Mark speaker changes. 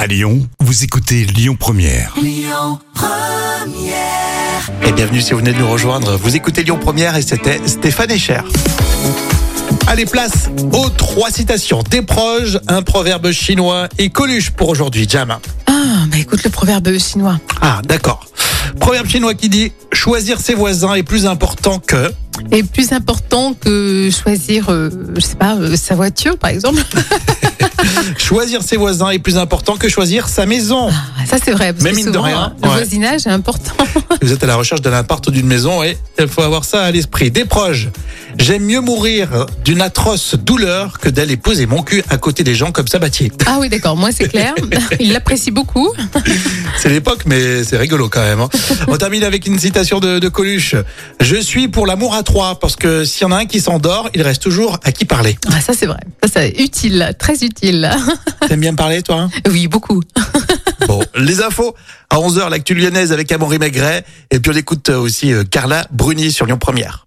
Speaker 1: À Lyon, vous écoutez Lyon Première.
Speaker 2: Et bienvenue si vous venez de nous rejoindre. Vous écoutez Lyon Première et c'était Stéphane Echer. Allez, place aux trois citations. Des proches, un proverbe chinois et Coluche pour aujourd'hui, Jam.
Speaker 3: Ah, bah écoute le proverbe chinois.
Speaker 2: Ah, d'accord. Proverbe chinois qui dit choisir ses voisins est plus important que.
Speaker 3: Et plus important que choisir, euh, je sais pas, euh, sa voiture par exemple.
Speaker 2: Choisir ses voisins est plus important que choisir sa maison.
Speaker 3: Ah, Ça c'est vrai. Parce
Speaker 2: Mais
Speaker 3: que
Speaker 2: mine de
Speaker 3: souvent,
Speaker 2: rien,
Speaker 3: hein, le
Speaker 2: ouais.
Speaker 3: voisinage est important.
Speaker 2: Vous êtes à la recherche d'un appart ou d'une maison et il faut avoir ça à l'esprit. Des proches. J'aime mieux mourir d'une atroce douleur que d'aller poser mon cul à côté des gens comme Sabatier.
Speaker 3: Ah oui, d'accord. Moi c'est clair. Il l'apprécie beaucoup.
Speaker 2: C'est l'époque, mais c'est rigolo quand même. hein. On termine avec une citation de, de Coluche. Je suis pour l'amour à trois, parce que s'il y en a un qui s'endort, il reste toujours à qui parler.
Speaker 3: Ah, ça c'est vrai. Ça c'est utile, très utile.
Speaker 2: T'aimes bien me parler, toi hein
Speaker 3: Oui, beaucoup.
Speaker 2: Bon, les infos à 11h, l'actu lyonnaise avec Amaury Maigret. Et puis on écoute euh, aussi euh, Carla Bruni sur Lyon Première.